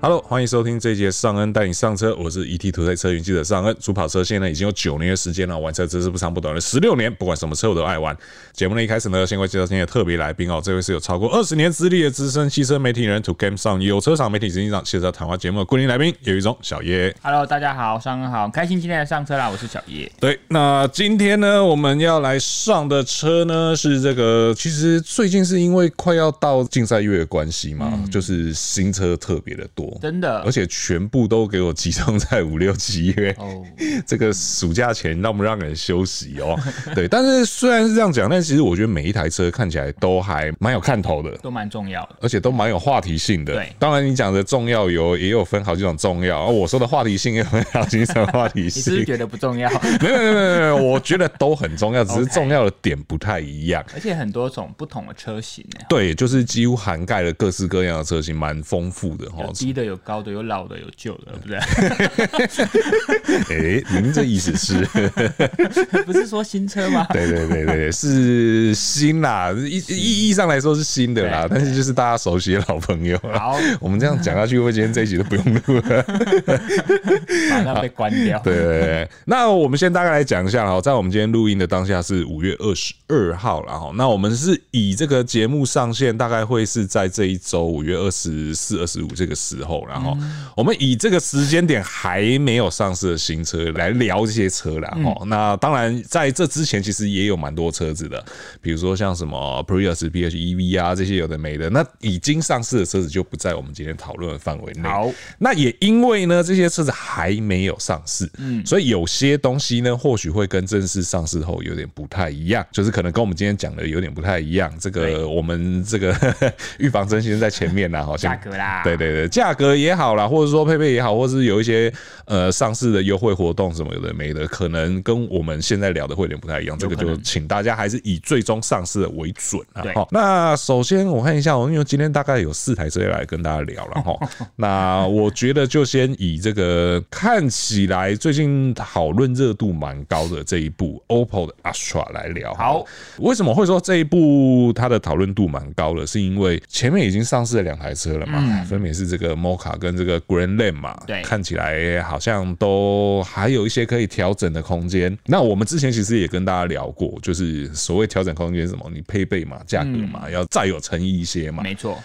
Hello，欢迎收听这一节尚恩带你上车，我是 E ET 土台车云记者尚恩。主跑车现在已经有九年的时间了，玩车真是不长不短的十六年，不管什么车我都爱玩。节目的一开始呢，先会介绍今天的特别来宾哦，这位是有超过二十年资历的资深汽车媒体人，To Game 上有车厂媒体执行长，介绍谈话节目的固定来宾，有一种小叶。 Hello，大家好，上恩好，很开心今天来上车啦，我是小叶。对，那今天呢，我们要来上的车呢是这个，其实最近是因为快要到竞赛月的关系嘛，就是新车特别的多，真的而且全部都给我集中在五六七月。哦，这个暑假前让不让人休息哦？对，但是虽然是这样讲，但其实我觉得每一台车看起来都还蛮有看头的。都蛮重要的。而且都蛮有话题性的。对当然你讲的重要有也有分好几种重要，而我说的话题性也有分好几种话题 你是不性是。觉得不重要？ 没有没有没有没有，我觉得都很重要，只是 OK 重要的点不太一样。而且很多种不同的车型呢，对，就是几乎涵盖了各式各样的车型，蛮丰富的哦哈有。低的，有高的，有老的，有旧的，对不对？ 诶，您这意思是？不是说新车 吗？对对对对对，是新啦，意意义上来说是新的啦，对但是就是大家熟悉的老朋友 啦。好，我们这样讲下去，会不会今天这一集都不用录了？马上被关掉。 对对对，那我们先大概来讲一下哦哈，在我们今天录音的当下是五月二十二号了哈，那我们是以这个节目上线大概会是在这一周五月二十四、二十五这个时候，然后我们以这个时间点还没有上市的新车来聊这些车啦哈。那当然在这之前其实也有蛮多车子的，比如说像什么 Prius、PHEV 啊这些有的没的，那已经上市的车子就不在我们今天讨论的范围内。好，那也因为呢，这些车子还没有上市，嗯，所以有些东西呢，或许会跟正式上市后有点不太一样，就是可能跟我们今天讲的有点不太一样。这对个我们这个 预防针先在前面啦，好像价格啦，对对对，价格也好啦，或者说配备也好，或是有一些呃上市的优惠活动什么有的没的，可能跟我们现在聊的会有点不太一样。这有个可就能请大家还是以最终上市的为准啊对。齁那首先我看一下哦，因为今天大概有四台车要来跟大家聊了 哈。齁那我觉得就先以这个看起来最近讨论热度蛮高的这一部 OPPO 的 Astra 来聊好了。好为什么会说这一部它的讨论度蛮高的？是因为前面已经上市了两台车了嘛，分别是这个 Mocha 跟这个 Grand Lam 嘛，对看起来好像都还有一些可以调整的空间。那我们之前其实也跟大家聊过，就是所谓调整空间是什么，你配备嘛，价格嘛，要再有诚意一些嘛。没错，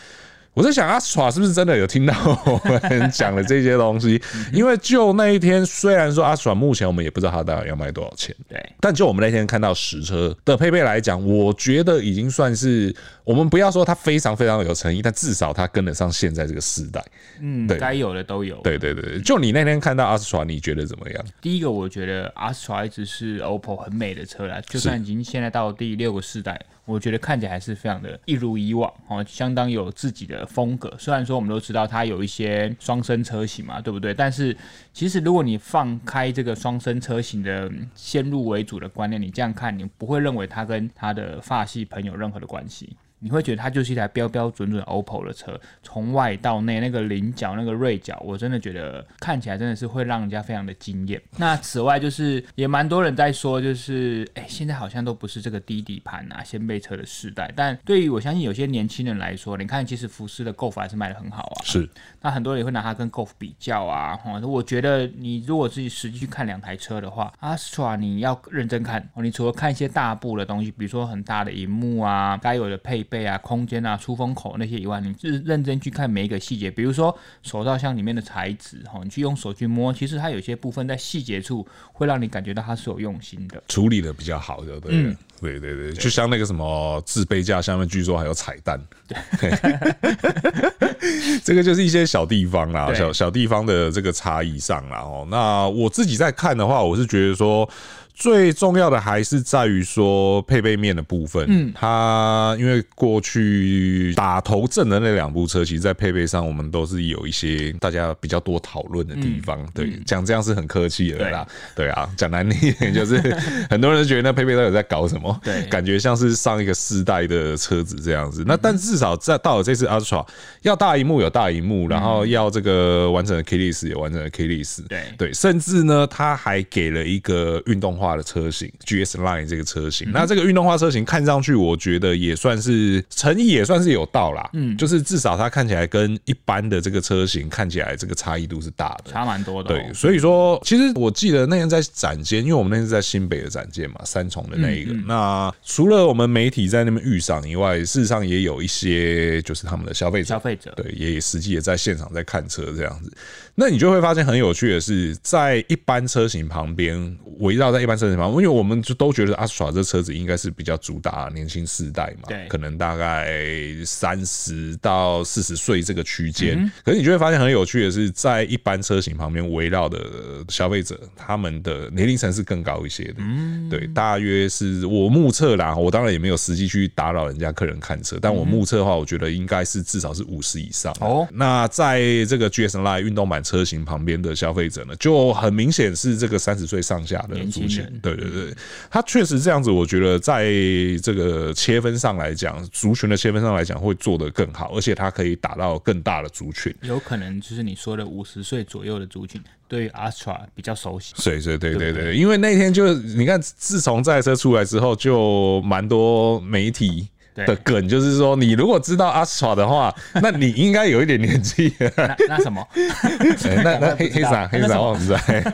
我在想阿 s 是不是真的有听到我们讲的这些东西？因为就那一天，虽然说阿 s 目前我们也不知道它到底要卖多少钱。对，但就我们那天看到实车的配备来讲，我觉得已经算是我们不要说它非常非常有诚意，但至少它跟得上现在这个时代。嗯对，该有的都有。对对对，就你那天看到阿斯川，你觉得怎么样？第一个，我觉得 Astra 一直是 OPPO 很美的车啦，就算已经现在到第六个世代，我觉得看起来还是非常的一如以往哦，相当有自己的风格。虽然说我们都知道它有一些双生车型嘛，对不对？但是其实如果你放开这个双生车型的嗯先入为主的观念，你这样看，你不会认为它跟它的发系朋友任何的关系。你会觉得它就是一台标标准准 OPPO 的车，从外到内那个菱角、那个锐角，我真的觉得看起来真的是会让人家非常的惊艳。那此外就是也蛮多人在说，就是哎、现在好像都不是这个低底盘啊、掀背车的时代。但对于我相信有些年轻人来说，你看其实福斯的 Golf 还是卖的很好啊，是那很多人也会拿它跟 Golf 比较啊。哦，我觉得你如果自己实际去看两台车的话，Astra 你要认真看哦。你除了看一些大部的东西，比如说很大的荧幕啊、该有的配备啊、空间啊、出风口那些以外，你是认真去看每一个细节。比如说手套箱里面的材质，哈、哦，你去用手去摸，其实它有些部分在细节处会让你感觉到它是有用心的。处理的比较好的，对不对？对对对，就像那个什么置杯架下面，据说还有彩蛋。对，这个就是一些小地方啦，对小小地方的这个差异上啦。哦，那我自己在看的话，我是觉得说。最重要的还是在于说配备面的部分，嗯，它因为过去打头阵的那两部车，其实在配备上我们都是有一些大家比较多讨论的地方。对，讲这样是很客气的啦，对啊，讲难听一点就是 很多人都觉得那配备到底在搞什么，对感觉像是上一个世代的车子这样子。那但至少在到了这次 Ultra，要大荧幕有大荧幕，然后要这个完整的 K 历史有完整的 K 历史，对对，甚至呢，它还给了一个运动化。化的车型 GS Line 这个车嗯型。那这个运动化车型看上去，我觉得也算是诚意也算是有到啦，嗯，就是至少它看起来跟一般的这个车型看起来这个差异度是大的，差蛮多的、哦。对，所以说，其实我记得那天在展间，因为我们那天是在新北的展间嘛，三重的那一嗯个。那除了我们媒体在那边预赏以外，事实上也有一些就是他们的消费者，消费者对，也实际也在现场在看车这样子。那你就会发现很有趣的是，在一般车型旁边，围绕在一般车型旁边，因为我们就都觉得阿斯特拉这车子应该是比较主打年轻世代嘛对，可能大概三十到四十岁这个区间。可是你就会发现很有趣的是，在一般车型旁边围绕的消费者，他们的年龄层是更高一些的。对，大约是我目测啦，我当然也没有实际去打扰人家客人看车，但我目测的话，我觉得应该是至少是五十以上。哦那在这个 GS Line 运动版车型旁边的消费者呢，就很明显是这个三十岁上下的年轻族人群。对对对，它确实这样子，我觉得在这个切分上来讲，族群的切分上来讲会做得更好，而且它可以打到更大的族群。有可能就是你说的五十岁左右的族群，对于 Astra 比较熟悉。对对对对对不对，因为那天就是你看，自从这台车出来之后，就蛮多媒体。对的梗就是说，你如果知道 Astra 的话，那你应该有一点年纪 了。那那 什么，欸那那黑不黑知道傻黑傻我不在。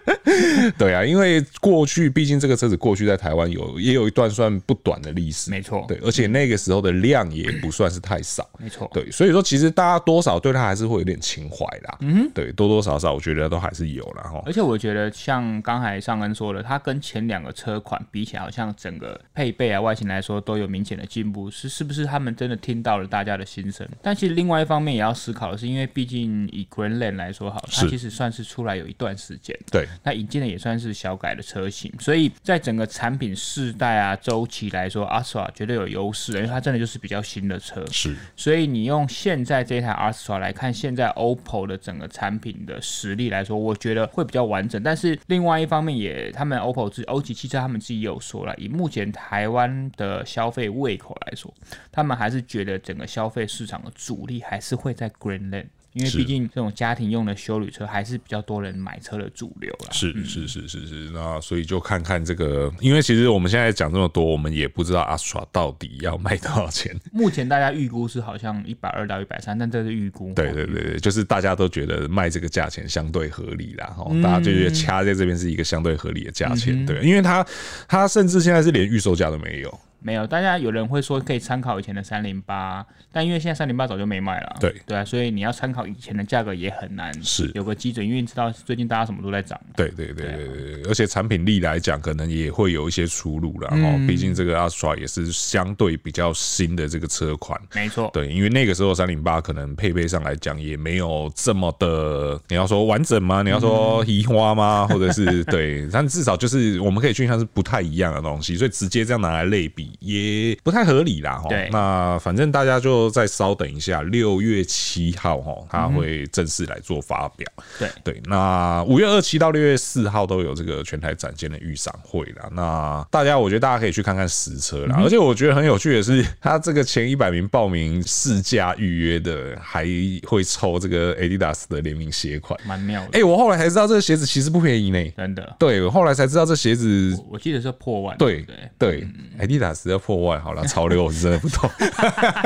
对啊，因为过去毕竟这个车子过去在台湾有也有一段算不短的历史，没错对，而且那个时候的量也不算是太少。没错，对，所以说其实大家多少对它还是会有点情怀啦，嗯，对，多多少少我觉得都还是有啦哈。而且我觉得，像刚才上恩说的，它跟前两个车款比起来，好像整个配备啊、外形来说都有明显的进步，是是不是他们真的听到了大家的心声？但其实另外一方面也要思考的是，因为毕竟以 Greenland 来说好，它是其实算是出来有一段时间，对，那引进的也算是小改的车型，所以在整个产品世代啊、周期来说，Astra 绝对有优势，因为它真的就是比较新的车，是所以你用现在这台 Astra 来看，现在 OPPO 的整个产品的实力来说，我觉得会比较完整。但是另外一方面也，他们 OPPO 自欧几汽车他们自己也有说了，以目前台湾的消费胃口来说，他们还是觉得整个消费市场的主力还是会在 Greenland。因为是毕竟这种家庭用的修旅车还是比较多人买车的主流啦。是是是是是，那所以就看看这个，因为其实我们现在讲这么多，我们也不知道 Astra 到底要卖多少钱。 目前大家预估是好像一百二到一百三，但这是预估。对对对对，就是大家都觉得卖这个价钱相对合理啦，哦，大家就觉得掐在这边是一个相对合理的价钱，对，因为它它甚至现在是连预售价都没有，没有，大家有人会说可以参考以前的三零八，但因为现在三零八早就没卖了，对对啊，所以你要参考以前的价格也很难是有个基准，因为你知道最近大家什么都在涨，对对对对对对，而且产品力来讲，可能也会有一些出入啦，哦，毕竟这个 Astra 也是相对比较新的这个车款。没错，对，因为那个时候三零八可能配备上来讲也没有这么的，你要说完整吗？你要说移花吗？或者是对，但至少就是我们可以去看是不太一样的东西，所以直接这样拿来类比也不太合理啦。哈对，那反正大家就再稍等一下，六月七号哈，它会正式来做发表。对对，那五月二七到六月四号都有这个全台展间的预赏会啦。那大家，我觉得大家可以去看看实车啦。而且我觉得很有趣的是， 它这个前一百名报名试驾预约的，还会抽这个 Adidas 的联名鞋款。蛮妙的，哎、我后来才知道这个鞋子其实不便宜呢。真的，对，我后来才知道这鞋子我我记得是破万，对不对，嗯对，Adidas 要破万好了，潮流我是真的不懂，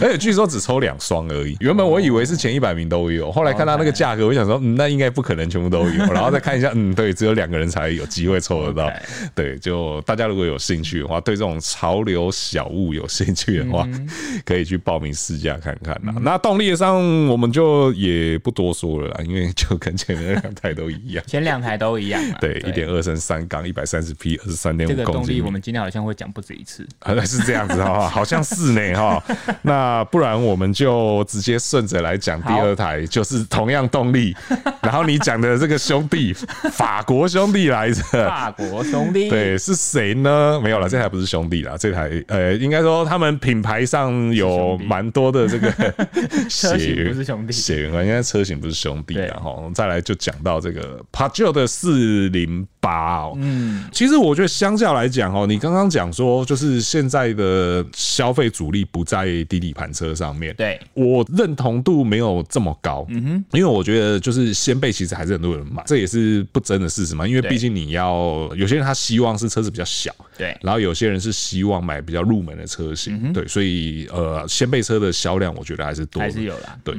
而且据说只抽两双而已。原本我以为哦是前一百名都有，后来看到那个价格，我想说，嗯，那应该不可能全部都有。 然后再看一下，嗯，对，只有两个人才有机会抽得到 OK。对，就大家如果有兴趣的话，对这种潮流小物有兴趣的话，嗯可以去报名试驾看看啦。那动力上我们就也不多说了啦，因为就跟前面那两台都 。一样前两台都一样嘛，对，一点二升三缸，一百三十匹，二十三点这五个公动力斤我。们今天好像会讲不止一次，啊， 是这样子哈，好像是呢哈。那不然我们就直接顺着来讲第二台，就是同样动力，然后你讲的这个兄弟，法国兄弟来着。法国兄弟，对，是谁呢？没有了，这台不是兄弟啦，这台呃，应该说他们品牌上有蛮多的这个 车血型缘不是兄弟血缘关系，但车型不是兄弟啦，对然后再来就讲到这个 Pajero 的四零八。八哦。嗯，其实我觉得相较来讲哦，你刚刚讲说就是现在的消费主力不在低底盘车上面，对我认同度没有这么高。嗯哼，因为我觉得就是掀背其实还是很多人买，这也是不争的事实嘛。因为对毕竟你要有些人他希望是车子比较小，对嗯然后有些人是希望买比较入门的车型，对，所以呃，掀背车的销量我觉得还是多的，还是有啦。对，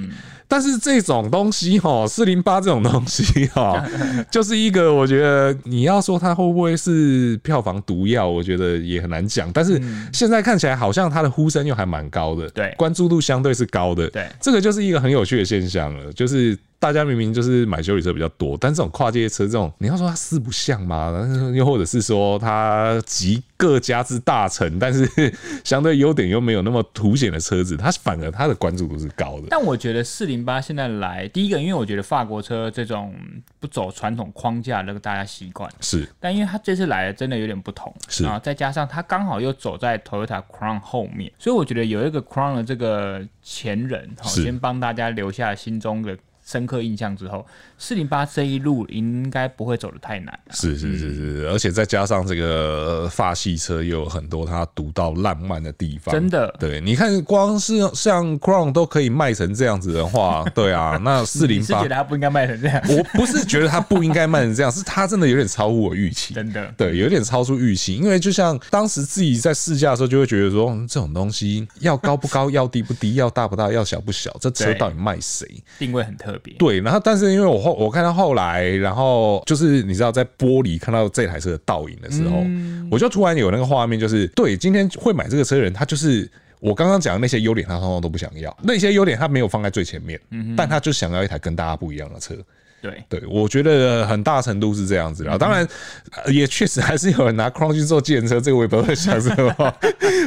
但是这种东西哈，四零八这种东西 哈，就是一个我觉得你要说它会不会是票房毒药，我觉得也很难讲。但是现在看起来好像它的呼声又还蛮高的，嗯对关注度相对是高的，对这个就是一个很有趣的现象了，就是。大家明明就是买修理车比较多，但这种跨界车这种，你要说它四不像嘛，但是 又或者是说它集各家之大成，但是相对优点又没有那么凸显的车子，它反而它的关注度是高的。但我觉得四零八现在来，第一个，因为我觉得法国车这种不走传统框架，那个大家习惯。是但因为它这次来的真的有点不同，是啊，再加上它刚好又走在 Toyota Crown 后面，所以我觉得有一个 Crown 的这个前人，好，是先帮大家留下心中的深刻印象之后，四零八这一路应该不会走得太难、啊。是是是是，而且再加上这个呃法系车又有很多它独到浪漫的地方，真的对，你看光是像 Crown 都可以卖成这样子的话，对啊，那四 你零是八觉得，它不应该卖成这样？ 我不是觉得它不应该卖成这样，是它真的有点超乎我预期，真的对，有点超出预期，因为就像当时自己在试驾的时候，就会觉得说，嗯这种东西要高不高，要低不低，要大不大，要小不小，这车对到底卖谁？定位很特别，对，然后但是因为我后我看到后来，然后就是你知道在玻璃看到这台车的倒影的时候，我就突然有那个画面，就是对今天会买这个车的人，他就是。我刚刚讲的那些优点，他通通都不想要。那些优点他没有放在最前面，但他就想要一台跟大家不一样的车。对对我觉得很大程度是这样子啦。当然，呃也确实还是有人拿 Crown 去做计程车，这个我也不知道在想什么，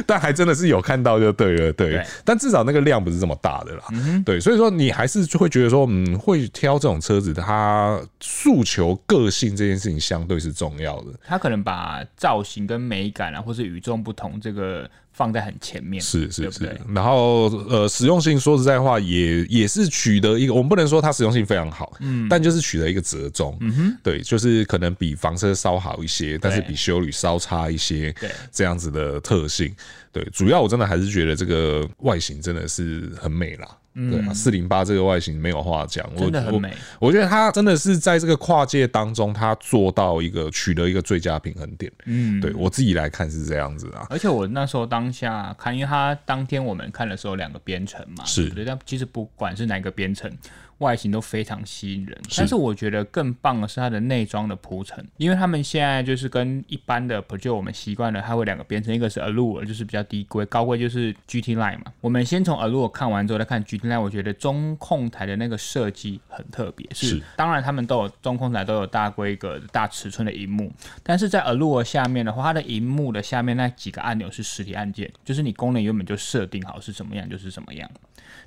但还真的是有看到就对了，对对。但至少那个量不是这么大的啦，对。所以说你还是就会觉得说，嗯，会挑这种车子，它诉求个性这件事情相对是重要的。它可能把造型跟美感啊，或是与众不同这个放在很前面，是是对是，不对？然后呃，实用性说实在话也也是取得一个，我们不能说它实用性非常好，嗯，但就是取得一个折中，嗯哼，对，就是可能比房车稍好一些，但是对比修旅稍差一些，对这样子的特性，对，主要我真的还是觉得这个外形真的是很美啦。对啊，四零八这个外形没有话讲，我嗯真的很我美我觉得他真的是在这个跨界当中，他做到一个取得一个最佳平衡点。嗯，对我自己来看是这样子啊。而且我那时候当下看，因为他当天我们看的时候两个编程嘛，是对不对。但其实不管是哪一个编程，外形都非常吸引人。但是我觉得更棒的是它的内装的铺陈，因为他们现在就是跟一般的 p e r j o 我们习惯了，它会两个编程，一个是 Allure 就是比较低规，高规就是 GT Line 嘛。我们先从 Allure 看完之后再看 GT Line，我觉得中控台的那个设计很特别，是是当然他们都有中控台都有大规格的大尺寸的荧幕，但是在 Allure 下面的话，它的荧幕的下面那几个按钮是实体按键，就是你功能原本就设定好是什么样就是什么样。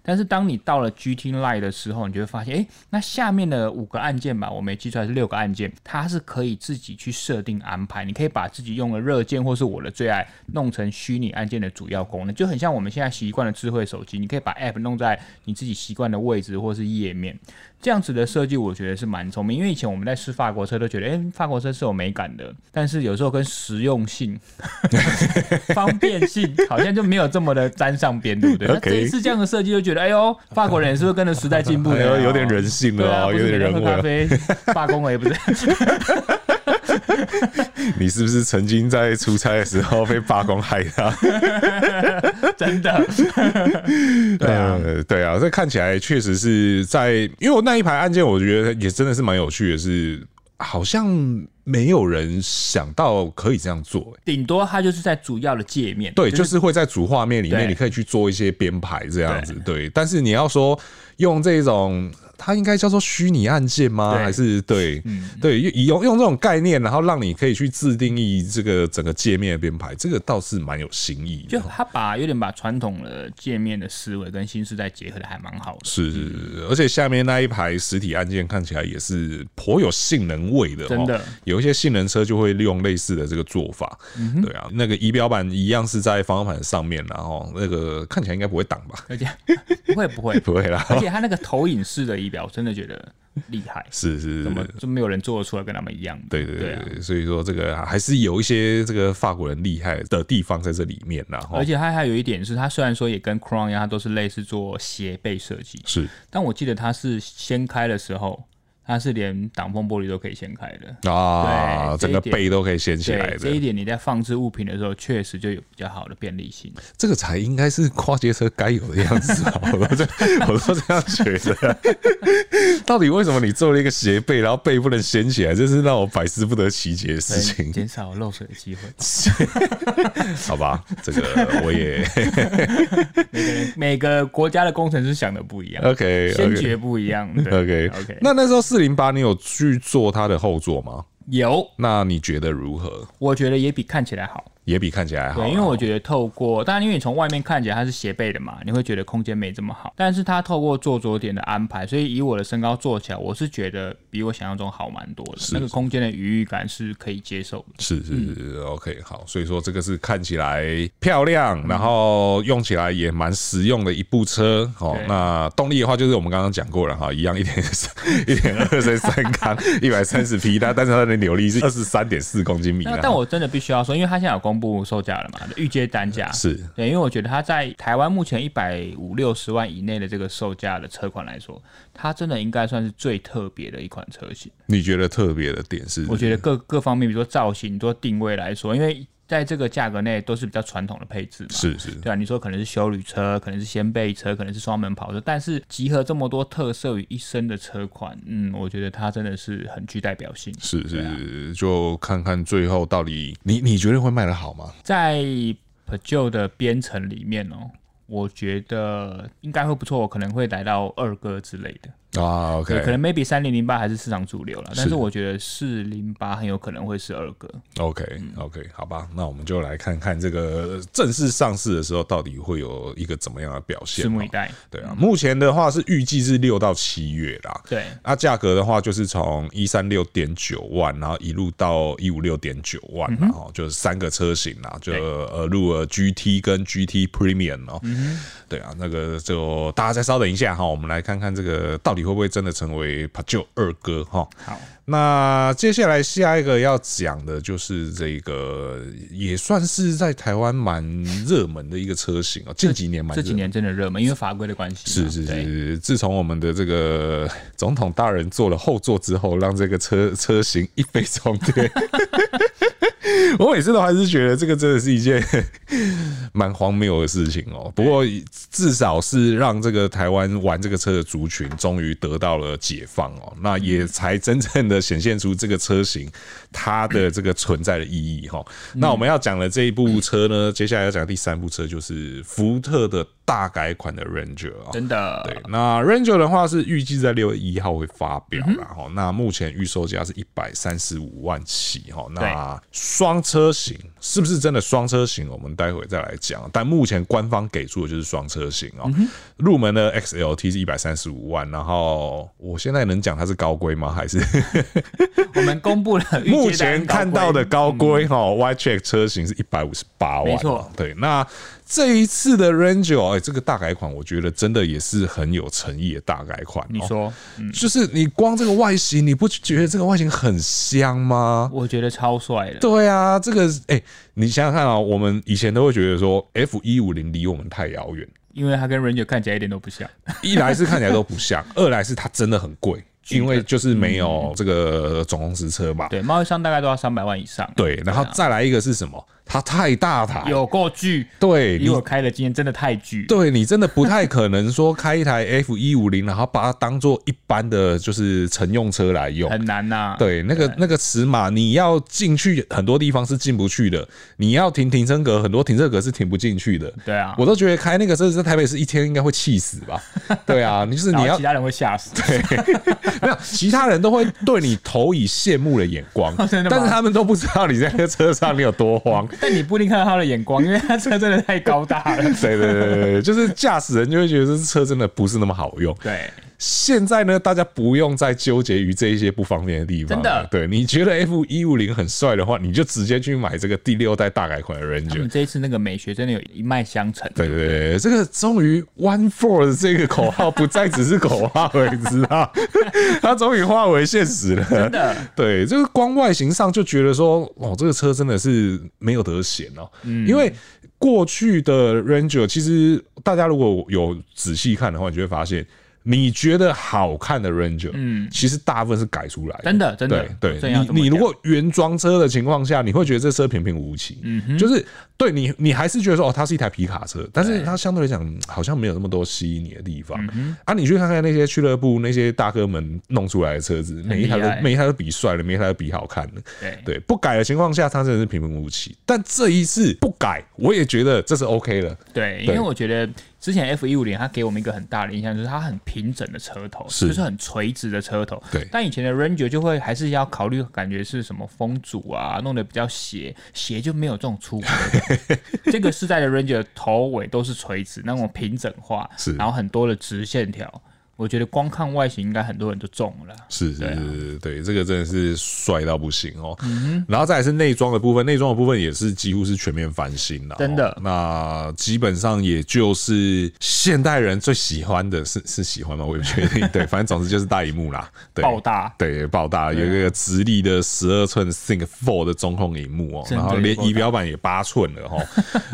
但是当你到了 GT Line 的时候，你就会发现，诶，那下面的五个按键吧，我没记错还是六个按键，它是可以自己去设定安排。你可以把自己用的热键或是我的最爱弄成虚拟按键的主要功能，就很像我们现在习惯的智慧手机，你可以把 App 弄在你自己习惯的位置或是页面。这样子的设计，我觉得是蛮聪明，因为以前我们在试法国车都觉得，诶，哎法国车是有美感的，但是有时候跟实用 性、方便性好像就没有这么的沾上边，对不对？那 OK 这一次这样的设计，就觉得，哎呦，法国人是不是跟着时代进步哎了、 呦有点人性啊 对了啊，哦，不有是点每天人喝味了咖。啡罢工了，也不是。 你是不是曾经在出差的时候被罢工害啊到？ 真的，对啊，呃，对啊，这看起来确实是在，因为我那一排案件，我觉得也真的是蛮有趣的是，好像没有人想到可以这样做、欸顶多它就是在主要的界面，对，就是会在主画面里面，对你可以去做一些编排这样子。对，但是你要说用这种，它应该叫做虚拟按键吗？对嗯还是对，对，用用这种概念，然后让你可以去自定义这个整个界面的编排，这个倒是蛮有新意的就。它把有点把传统的界面的思维跟新时代结合的还蛮好 的，是，是是而且下面那一排实体按键看起来也是颇有性能味的、哦，真的有一些性能车就会利用类似的这个做法，嗯对啊，那个仪表板一样是在方向盘上面，然后那个看起来应该不会挡吧？ 而且不会不会，不会啦，而且它那个投影式的仪表，我真的觉得厉害，是是怎么是，就没有人做得出来跟他们一样的？对对对对啊对，所以说这个还是有一些这个法国人厉害的地方在这里面啦，哈而，且它还有一点是，它虽然说也跟 Crown 一样，它都是类似做斜背设计，是但我记得它是掀开的时候，它是连挡风玻璃都可以掀开的。啊，对整个这一点背都可以掀起来对，这的一，点你在放置物品的时候，确实就有比较好的便利 性。这个才应该是跨界车该有的样子啊！ 我都这，我都这样觉得。 到底为什么你做了一个斜背，然后背不能掀起来？这是让我百思不得其解的事对，情。减少漏水的机会。好吧，这个我 也每个人每个国家的工程师想的不一 样 OK 先 OK 决不一样。 OK OK，那那时候四零八，你有去做它的后座吗？有，那你觉得如何？我觉得也比看起来好。也比看起来好啊。对，因为我觉得透过，当然因为你从外面看起来它是斜背的嘛，你会觉得空间没这么好。但是它透过坐着点的安排，所以以我的身高坐起来，我是觉得比我想象中好蛮多的。那个空间的余裕感是可以接受的。是是嗯是是、o k 好，所以说这个是看起来漂亮，然后用起来也蛮实用的一部车。哦对，那动力的话，就是我们刚刚讲过了哈，一样一点 一点二升三 缸，一百三十匹，但但是它的扭力是二十三点四公斤米啊那啦。但我真的必须要说，因为它现在有公布售价了嘛，预接单价。是对，因为我觉得它在台湾目前一百五六十万以内的这个售价的车款来说，它真的应该算是最特别的一款车型。你觉得特别的点是？我觉得各各方面，比如说造型、说定位来说，因为在这个价格内都是比较传统的配置嘛。是是对啊，你说可能是修旅车，可能是掀背车，可能是双门跑车，但是集合这么多特色于一身的车款，嗯，我觉得它真的是很具代表性。是对啊是，就看看最后到底你你觉得会卖得好吗？在 Peugeot 的编程里面哦，我觉得应该会不错，我可能会来到二哥之类的，啊，OK，对，可能 maybe 三零零八还是市场主流了，但是是我觉得四零八很有可能会是二哥。 OK OK，好吧，那我们就来看看这个呃正式上市的时候到底会有一个怎么样的表现。拭目以。待。对啊，目前的话是预计是六到七月啦。对，那价格的话，就是从一三六点九万，然后一路到一五六点九万啦，然后、就是三个车型啦，就对呃入了 GT 跟 GT Premium 哦、对啊，那个就大家再稍等一下哈，我们来看看这个到底会不会真的成为 p a j o 二哥哈。好，那接下来下一个要讲的就是这个，也算是在台湾蛮热门的一个车型哦、近几年蛮这热几门。年真的热门，因为法规的关系嘛。是是是对，是，自从我们的这个 总统大人坐了后座之后，让这个车车型一飞冲天。 我每次都还是觉得这个真的是一件 蛮荒谬的事情哦。不过至少是让这个台湾玩这个车的族群终于得到了解放哦，那也才真正的显现出这个车型它的这个存在的意义哈、哦。那我们要讲的这一部车呢，接下来要讲的第三部车就是福特的大改款的 Ranger 啊、真的。对，那 Ranger 的话是预计在六月一号会发表啦，哈、那目前预售价是一百三十五万起，哈，那双车型是不是真的双车型？我们待会再来讲。但目前官方给出的就是双车型哦、入门的 XLT 是一百三十五万，然后我现在能讲它是高规吗？还是我们公布了预目接单前高看规嗯到的高规哈 Y Check 车型是一百五十八万，啊没错。对，那这一次的 Ranger，哎、这个大改款，我觉得真的也是很有诚意的大改款、哦。你说，嗯就是你光这个外形，你不觉得这个外形很香吗？我觉得超帅的。对啊，这个哎、你想想看啊，我们以前都会觉得说 F 一五零离我们太遥 远，因为它跟 Ranger 看起来一点都不像。一来是看起来都不 像，二来是它真的很贵，因为就是没有这个总公司车嘛。嗯对，啊贸易商大概都要三百万以上。，对，然后再来一个是什么？它太大台，有够巨，对以你我开的经验真的太巨。对你真的不太可能说开一台 F 一五零，然后把它当做一般的就是乘用车来用，很难呐、，对，那个那个尺码，你要进去很多地方是进不去的，你要停停车格，很多停车格是停不进去的。对啊我都觉得开那个车在台北市一天应该会气死 吧？对啊，你就是然你后要其他人会吓死。没有，其他人都会对你投以羡慕的眼光， 真的吗但是他们都不知道你在那个车上你有多慌。 但你不一定看到他的眼光，因为他车真的太高大了。对对对对对，就是驾驶人就会觉得这车真的不是那么好用。对，现在呢，大家不用再纠结于这一些不方便的地方了。真的对你觉得 F 一五零很帅的话，你就直接去买这个第六代大改款的他 Ranger 们。这一次那个美学真的有一脉相承。对对对，对这个终于 One Four 的这个口号不再只是口号了，你知 道，它终于化为现实了。真的， 对，这个光外形上就觉得说，哦，这个车真的是没有得选哦，嗯因为。过去的 Ranger 其实大家如果有仔细看的话，你就会发现，你觉得好看的 Ranger，嗯，其实大部分是改出来的，真的真的对真对。要这么你你如讲果原装车的情况下，你会觉得这车平平无奇，嗯，就是对你你还是觉得说哦，它是一台皮卡车，但是它相对来讲嗯好像没有那么多吸引你的地方啊。你去看看那些俱乐部那些大哥们弄出来的车子，每一台厉害都每一台都比帅的，每一台都比好看的，对对，不改的情况下，它真的是平平无奇。但这一次不改，我也觉得这是 OK 了。对，因对为我觉得之前 F 一五零它给我们一个很大的印象，就是它很平整的车头，是就是很垂直的车头。对但以前的 Ranger 就会还是要考虑，感觉是什么风阻啊，弄得比较斜，斜就没有这种出格的。这个世代的 Ranger 头尾都是垂直，那种平整化，是然后很多的直线条。我觉得光看外形，应该很多人就中了啦。是是啊是，对，这个真的是帅到不行哦。嗯然后再来是内装的部分，内装的部分也是几乎是全面翻新了哦，真的那基本上也就是现代人最喜欢的是是喜欢吗？我也不确定。对，反正总之就是大荧幕啦，对，爆大对，爆大有一个直立的十二寸 Think Four 的中控荧幕哦，真然的后有连够大仪表板也八寸了哦。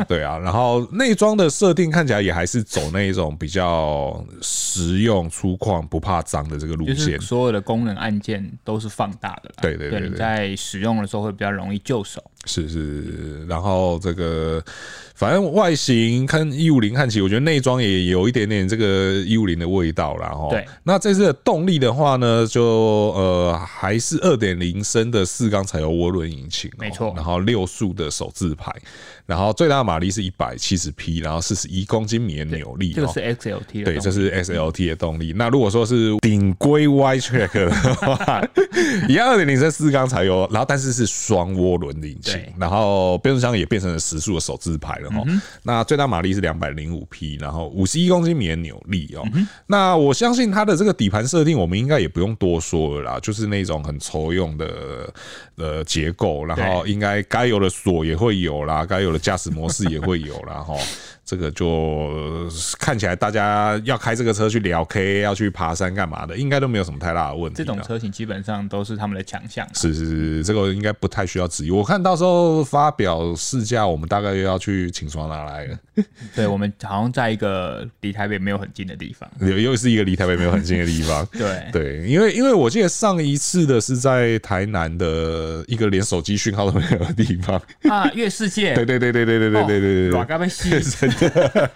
对啊，然后内装的设定看起来也还是走那一种比较实用、粗犷、不怕脏的这个路就线哦是。所有的功能按键都是放大的啦，对对对对你在使用的时候会比较容易就手。是是，然后这个反正外形看一五零看起，我觉得内装也有一点点这个一五零的味道啦。哈。对，那这次的动力的话呢，就呃还是二点零升的四缸柴油涡轮引擎哦、没错然后六速的手自排，然后最大马力是一百七十匹，然后四十一公斤米的扭力、哦。这个是 XLT 的动力，对，这是 SLT 的动力。那如果说是顶规 Y Track 的话，一样二点零升四缸柴油，然后但是是双涡轮的引擎对，嗯然后变速箱也变成了时速的手自排了哈。那最大马力是两百零五匹，然后五十一公斤米的扭力嗯哦。那我相信它的这个底盘设定，我们应该也不用多说了啦，就是那种很抽用的呃结构，然后应该该有的锁也会有啦，该有的驾驶模式也会有啦哈。这个就呃看起来大家要开这个车去聊 K，要去爬山干嘛的，应该都没有什么太大的问题这啦。种车型基本上都是他们的强项啊。是是是，这个应该不太需要质疑。我看到时候发表试驾，我们大概又要去秦川拿来了，对，我们好像在一个离台北没有很近的地方。又又是一个离台北没有很近的地方。对，对，因为因为我记得上一次的是在台南的一个连手机讯号都没有的地方。啊，月世界，对对对对对对对对对对瓦嘎贝西， 真的。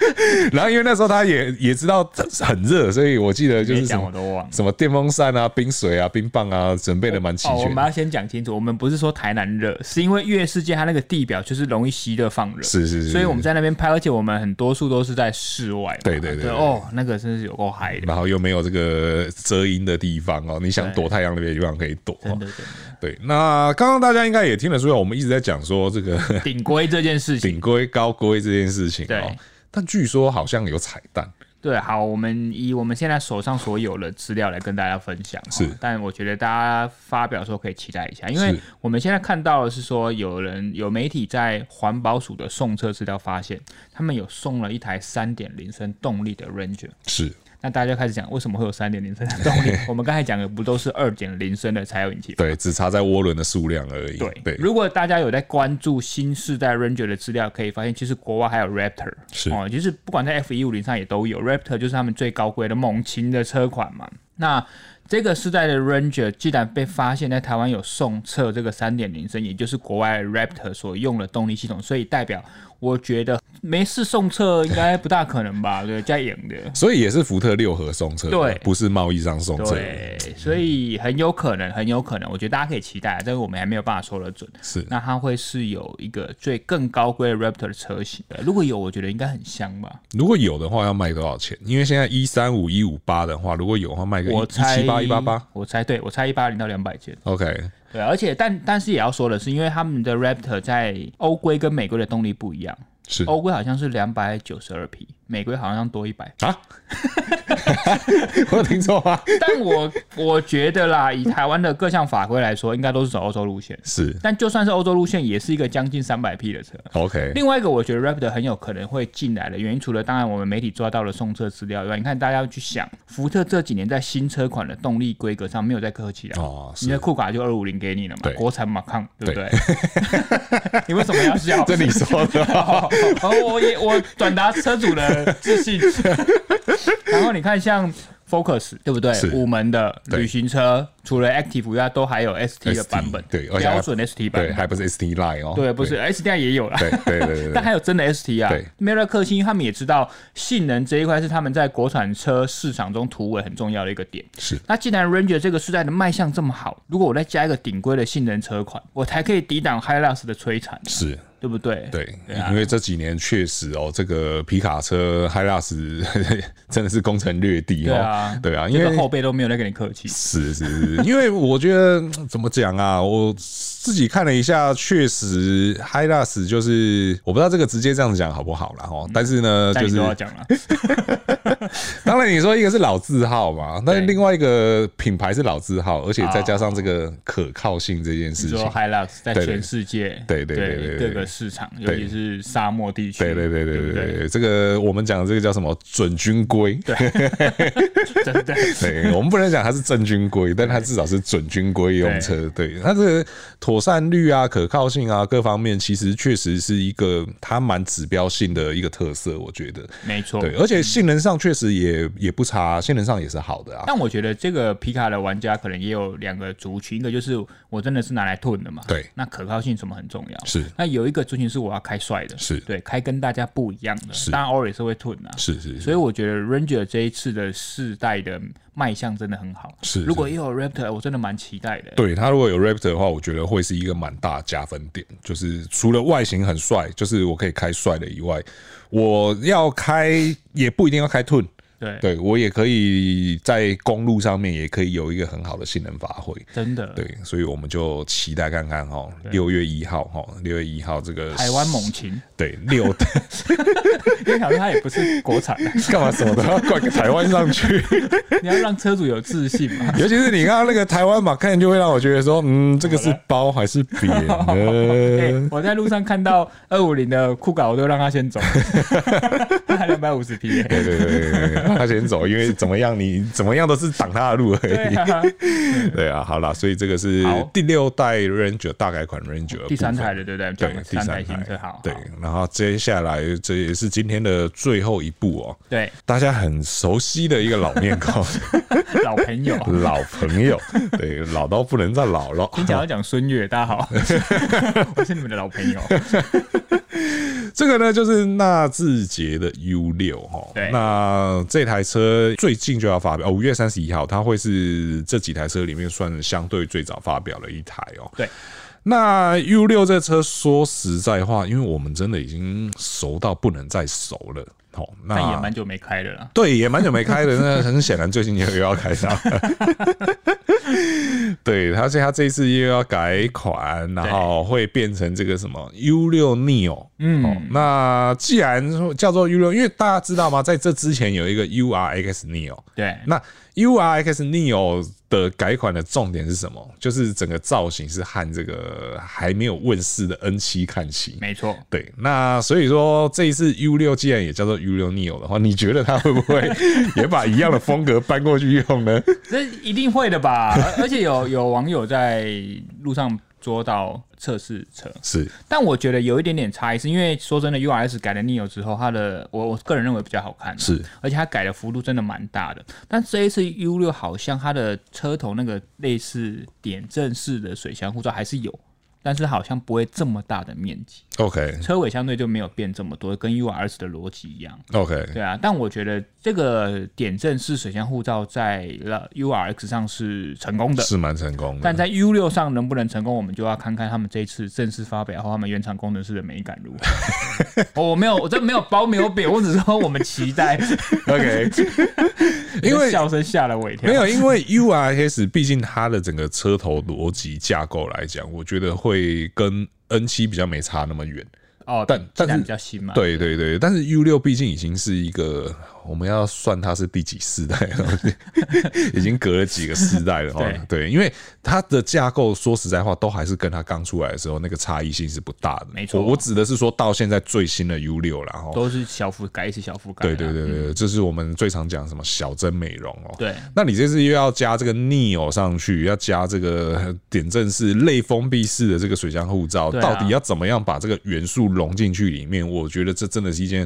然后因为那时候他也也知道很热，所以我记得就是你什讲么我都忘了。什么电风扇啊、冰水啊、冰棒啊，准备的蛮齐哦，我全们的。要先讲清楚，我们不是说台南热，是因为月世界它那个地表就是容易吸热放热，是是是所以我们在那边拍，而且我们很多数都是在室外嘛。对对对对哦，那个真是有够嗨的，然后又没有这个遮阴的地方哦，你想躲太阳的地方可以躲。哦真的真的。对，那刚刚大家应该也听得出来，我们一直在讲说这个 顶规这件事情，啊顶规高规这件事情哦对，但据说好像有彩蛋，对，好，我们以我们现在手上所有的资料来跟大家分享。是哦但我觉得大家发表的时候可以期待一下，因为是我们现在看到的是说，有人有媒体在环保署的送车资料发现，他们有送了一台三点零升动力的 Ranger。是那大家就开始讲，为什么会有三点零升的动力？ 我们刚才讲的不都是二点零升的柴油引擎？对，只差在涡轮的数量而已。对对，如果大家有在关注新世代 Ranger 的资料，可以发现其实国外还有 Raptor，是哦，就是不管在 F 一五零上也都有 Raptor，就是他们最高规的猛禽的车款嘛。那这个世代的 Ranger 既然被发现在台湾有送测这个三点零升，也就是国外 Raptor 所用的动力系统，所以代表我觉得没事送测应该不大可能吧？ 对，加演的。所以也是福特六合送车，对不是贸易商送车，对，所以很有可能，很有可能，我觉得大家可以期待，这个我们还没有办法说得准。是那它会是有一个最更高规的 Raptor 的车型的，如果有，我觉得应该很香吧。如果有的话，要卖多少钱？因为现在一三五一五八的话，如果有的话，卖个我一猜七八一八八。，我猜对，我猜一八零到两百件。 OK，对，而且但但是也要说的是，因为他们的 Raptor 在欧规跟美规的动力不一样，是欧规好像是两百九十二匹，每个月好像多一百，啊，我有听错吗？但我我觉得啦，以台湾的各项法规来说，应该都是走欧洲路线。 是但就算是欧洲路线，也是一个将近三百匹的车。 OK，另外一个，我觉得 Rapid 很有可能会进来的原因，除了当然我们媒体抓到了送车资料以外，你看大家要去想，福特这几年在新车款的动力规格上没有再客气了。哦是你的酷卡就二五零给你了嘛对，国产马抗，对不对？ 你为什么要笑？ 这你说的哦， 哦，哦我也我转达车主的 自信。然后你看，像 Focus 对不对是？五门的对旅行车，除了 Active 以外，都还有 ST 的 ST 版本，对而且还标准 ST 版对，本，还不是 ST Line 哦，对，不是 ST 也有啦。对，对对对对 对，但还有真的 ST 啊对，梅勒克星他们也知道性能这一块是他们在国产车市场中突围很重要的一个点。是那既然 Ranger 这个世代的卖相这么好，如果我再加一个顶规的性能车款，我才可以抵挡 Hilux 的摧残，是，对不对？对，啊因为这几年确实哦，这个皮卡车 h i l u x 真的是攻城略地对哦啊，对啊，因这个为后辈都没有在跟你客 气。是是是，因为我觉得嗯怎么讲啊，我自己看了一下，确实 h i l u x 就是我不知道这个直接这样子讲好不好啦哦，但是呢，但就嗯你啊是都要讲了，当然，你说一个是老字号嘛，但是对啊另外一个品牌是老字号，而且再加上这个可靠性这件事你情说，Hilux 在对对全世界，对对对对对各个市场，尤其是沙漠地区，对对对对不对对，对这个我们讲的这个叫什么准军规？真的 对，我们不能讲它是正军规，但它至少是准军规用车。对，它这个妥善率啊、可靠性啊各方面，其实确实是一个它蛮指标性的一个特色，我觉得。没错。对，而且性能上确实也也不差，性能上也是好的啊。 但我觉得这个皮卡的玩家可能也有两个族群，一个就是我真的是拿来囤的嘛，对那可靠性什么很重要，是那有一个族群是我要开帅的，是对，开跟大家不一样的，是当然偶尔也是会囤啊，是是所是以我觉得 Ranger 这一次的世代的卖相真的很好，是如果也有 Raptor，我真的蛮期待的，对它如果有 Raptor 的话，我觉得会是一个蛮大的加分点。就是除了外形很帅，就是我可以开帅的以外，我要开也不一定要开 Tun。对对我也可以在公路上面也可以有一个很好的性能发挥。真的，对，所以我们就期待看看哈，六月一号哈，六月一号这个台湾猛禽。对六 因为想说它也不是国产的，干嘛什么都要怪个台湾上 去，你要让车主有自信 嘛。尤其是你刚刚那个台湾嘛，看就会让我觉得说，嗯，这个是包还是扁 哎、呢？我在路上看到二五零的酷狗，我都让 他先走，他还两百五十匹耶。对对对对，对让他先走，因为怎么样你怎么样都是挡他的路而对已。啊，对啊，好啦，所以这个是好第六代 Ranger 大改款 Ranger 的第三呃部分台的对不对？对讲了，第三台台新车好。对好，然后接下来这也是今天的最后一部哦，对，大家很熟悉的一个老面孔，老朋友， 老朋友，对，老到不能再老了。你讲要讲孙悦，大 家好，我是你们的老朋友。这个呢，就是纳智捷的 U 六哈。对那这台车最近就要发表，哦，五月三十一号，它会是这几台车里面算相对最早发表的一台哦。对。那 U 六这车说实在话，因为我们真的已经熟到不能再熟了。好，那但也蛮久没开了啦。对，也蛮久没开的。那很显然，最近又又要开它了。 对，而且它这一次又要改款，然后会变成这个什么 U 六 Neo。嗯、哦，那既然说叫做 U 六，因为大家知道吗？在这之前有一个 URX Neo。对，那 URX Neo 的改款的重点是什么？就是整个造型是和这个还没有问世的 N 七看齐。没错。对，那所以说这一次 U 六既然也叫做 U 六 Neo 的话，你觉得它会不会也把一样的风格搬过去用呢？这一定会的吧？而 而且有有网友在路上捉到测试车，是但我觉得有一点点差异，是因为说真的，URS 改了 Neo 之后，它的我我个人认为比较好看，啊是，而且它改的幅度真的蛮大的。但这一次 U 六好像它的车头那个类似点阵式的水箱护罩还是有，但是好像不会这么大的面积， OK 车尾相对就没有变这么多，跟 URS 的逻辑一样。 OK 对啊，但我觉得这个点阵式水箱护罩在了 URX 上是成功的，是蛮成功但的。在 U 六上能不能成功，我们就要看看他们这一次正式发表后，他们原厂工程师的美感如何。 哦我没有，我真没有褒没有贬，我只是说我们期待。 OK，因为笑声吓了我一跳。没有，因为 URS 毕竟它的整个车头逻辑架构来讲，我觉得会跟 N 七比较没差那么远。哦，但比但质感是比较新嘛，对对对，但是 U 六毕竟已经是一个，我们要算它是第几世代了， 已经隔了几个世代了。哦对，因为它的架构说实在话，都还是跟它刚出来的时候那个差异性是不大的。没错我我指的是说到现在最新的 U 六然后都是小幅改一次小幅改对啦，嗯对对对，这是我们最常讲什么小真美容哦。对那你这次又要加这个 Neo 上去，要加这个 点阵式类封闭式的这个水箱护罩，对啊到底要怎么样把这个元素融进去里面？我觉得这真的是一件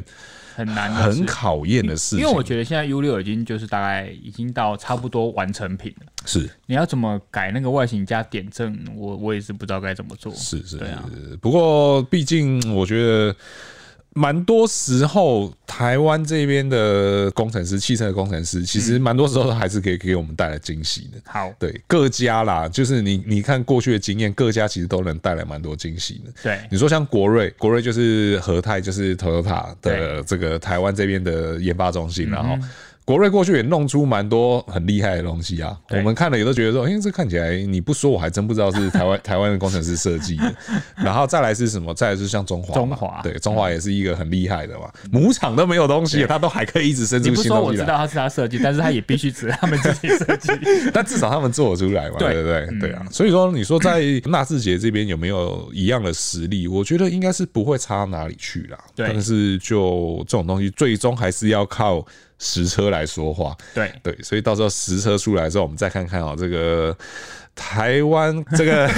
很难的很事考验的事情。因为我觉得现在 U 六已经就是大概已经到差不多完成品了，是你要怎么改那个外形加点阵，我我也是不知道该怎么做。是是，对啊是不过毕竟我觉得。蛮多时候，台湾这边的工程师，汽车的工程师，其实蛮多时候都还是可以给我们带来惊喜的。好，对各家啦，就是你你看过去的经验，各家其实都能带来蛮多惊喜的。对你说像国瑞，国瑞就是和泰，就是 Toyota 的对嗯这个台湾这边的研发中心，然后。国瑞过去也弄出蛮多很厉害的东西啊，我对们看了也都觉得说，哎、这看起来你不说我还真不知道是台 湾台湾的工程师设计的。然后再来是什么？再来是像中华嘛，中华对，中华也是一个很厉害的嘛，母厂都没有东西，它都还可以一直生你出不新说东我西知来。道它是他设计，但是他也必须指他们自己设计。但至少他们做得出来嘛，对对不对？对啊，所以说你说在纳智捷这边有没有一样的实力？我觉得应该是不会差哪里去啦。对但是就这种东西，最终还是要靠实车来说话。对， 对，所以到时候实车出来之后，我们再看看哦、这个台湾这个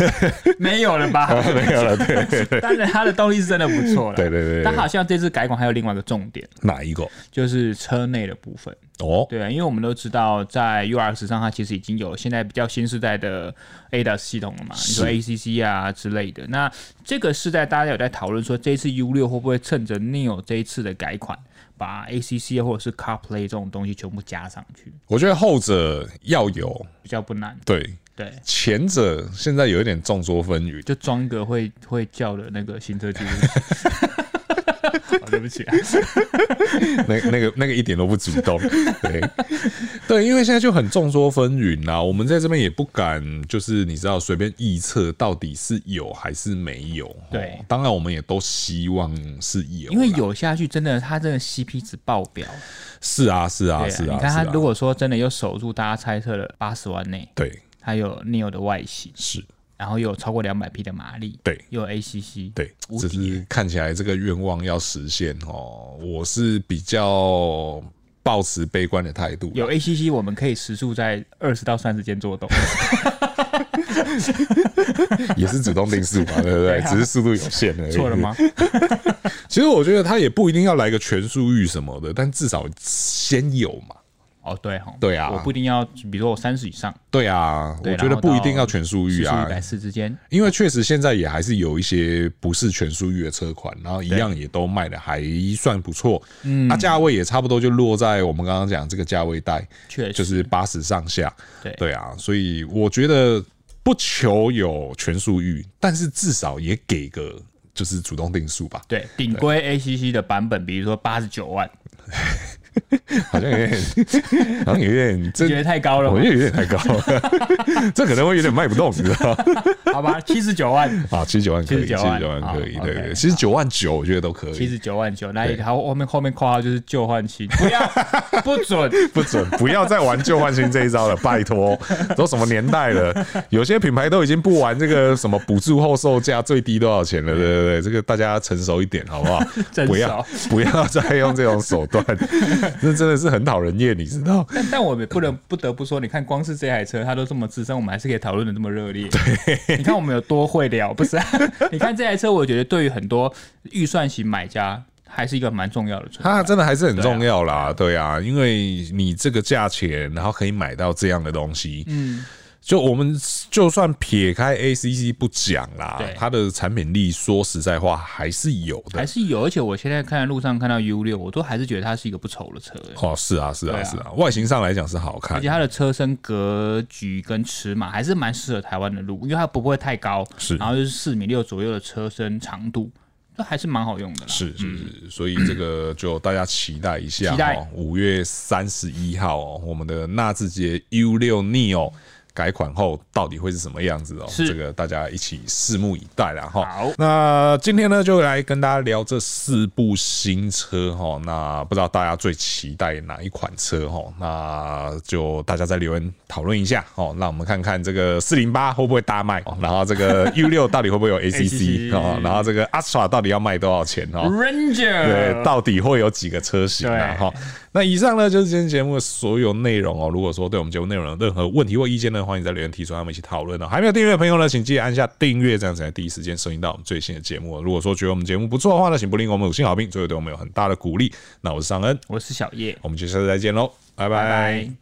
没有了吧？没有了， 对当然，它的动力是真的不错了。对对对但对，好像这次改款还有另外一个重点，哪一个？就是车内的部分。哦，对啊，因为我们都知道，在 UX 上它其实已经有现在比较新时代的 ADAS 系统了嘛，你说 ACC 啊之类的。那这个世代大家有在讨论说，这一次 U 六会不会趁着 Neo 这一次的改款，把 ACC 或者是 CarPlay 这种东西全部加上去，我觉得后者要有，比较不难。对，对，前者现在有一点众说纷纭。就装一个会会叫的那个行 车记录器。哦对不起啊，那那个那个一点都不主动，对对，因为现在就很众说纷纭啦，我们在这边也不敢，就是你知道随便臆测到底是有还是没有。对哦当然我们也都希望是有啦，因为有下去真的，它真的 CP 值爆表。是啊是啊对是啊，你看它是啊如果说真的又守住大家猜测的八十万内，对它有 Neo 的外形，是。然后又有超过两百匹的马力，对又有 ACC，对，无只敌是看起来这个愿望要实现哦，我是比较抱持悲观的态度啦。有 ACC，我们可以时速在二十到三十间做 动。哎也是主动定速嘛，对不对？ 对啊只是速度有限而已。错 了吗？其实我觉得他也不一定要来个全速域什么的，但至少先有嘛。哦，对哈，对啊我不一定要，比如说我三十以上，对啊，对我觉得然后不一到定要全速时域速啊一，百四之间，因为确实现在也还是有一些不是全速域的车款，然后一样也都卖的还算不错，嗯，那价位也差不多就落在我们刚刚讲这个价位带，确实就是八十上下，对对啊，所以我觉得不求有全速域，但是至少也给个就是主动定速吧，对顶规 ACC 的版本，比如说八十九万，好像有点， 好像有点你这觉。得太高了我吗觉？得有点哦太高了， 这可能会有点卖不动，你知道吗？ 好吧，七十九万， 啊，七十九万可以，七十79九万万可以，好对 OK，对，其实九万九我觉得都可七以，十九万九，那对然后后面后面括号就是旧换新，不要 不准，不 准不要再玩旧换新这一招了，拜托，都什么年代了，有些品牌都已经不玩这个什么补助后售价最低多少 钱了，对对对，这个大家成熟一点好不好？真哦不要不要再用这种手 段，这真的是很讨人厌，你知道？但但我们不能不得不说，你看光是这台车，它都这么资深，我们还是可以讨论的这么热烈。你看我们有多会聊，不是、 啊？你看这台车，我觉得对于很多预算型买家，还是一个蛮重要的存在。它真的还是很重要啦，对啊，因为你这个价钱，然后可以买到这样的东西，嗯，就我们就算撇开 ACC 不讲啦对，它的产品力说实在话还是有还的。是有，而且我现在看路上看到 U 六，我都还是觉得它是一个不丑的车、欸哦，是啊，是啊，对啊是啊，外形上来讲是好看而且，它的车身格局跟尺码还是蛮适合台湾的路，因为它不会太高，是然后就是四米六左右的车身长度，都还是蛮好用的啦。是是是，所以这个就大家期待一下期待哦。五月三十一号哦，我们的纳智捷 U 六 Neo 改款后到底会是什么样子哦？是这个大家一起拭目以待啦哈。好那今天呢就来跟大家聊这四部新车哈。那不知道大家最期待哪一款车哈？那就大家在留言讨论一下哦。让我们看看这个四零八会不会大卖哦，然后这个 U 六到底会不会有 ACC ACC 哦，然后这个 Astra 到底要卖多少钱哦？对， Ranger，到底会有几个车型啊？对哈，那以上呢就是今天节目的所有内容哦。如果说对我们节目内容有任何问题或意见呢，欢迎在留言提出，让我们一起讨论哦。还没有订阅的朋友呢，请记得按下订阅，这样才能第一时间收听到我们最新的节目哦。如果说觉得我们节目不错的话呢，请不吝给我们五星好评，这会对我们有很大的鼓励。那我是尚恩，我是小叶，我们就下次再见喽，拜拜拜拜。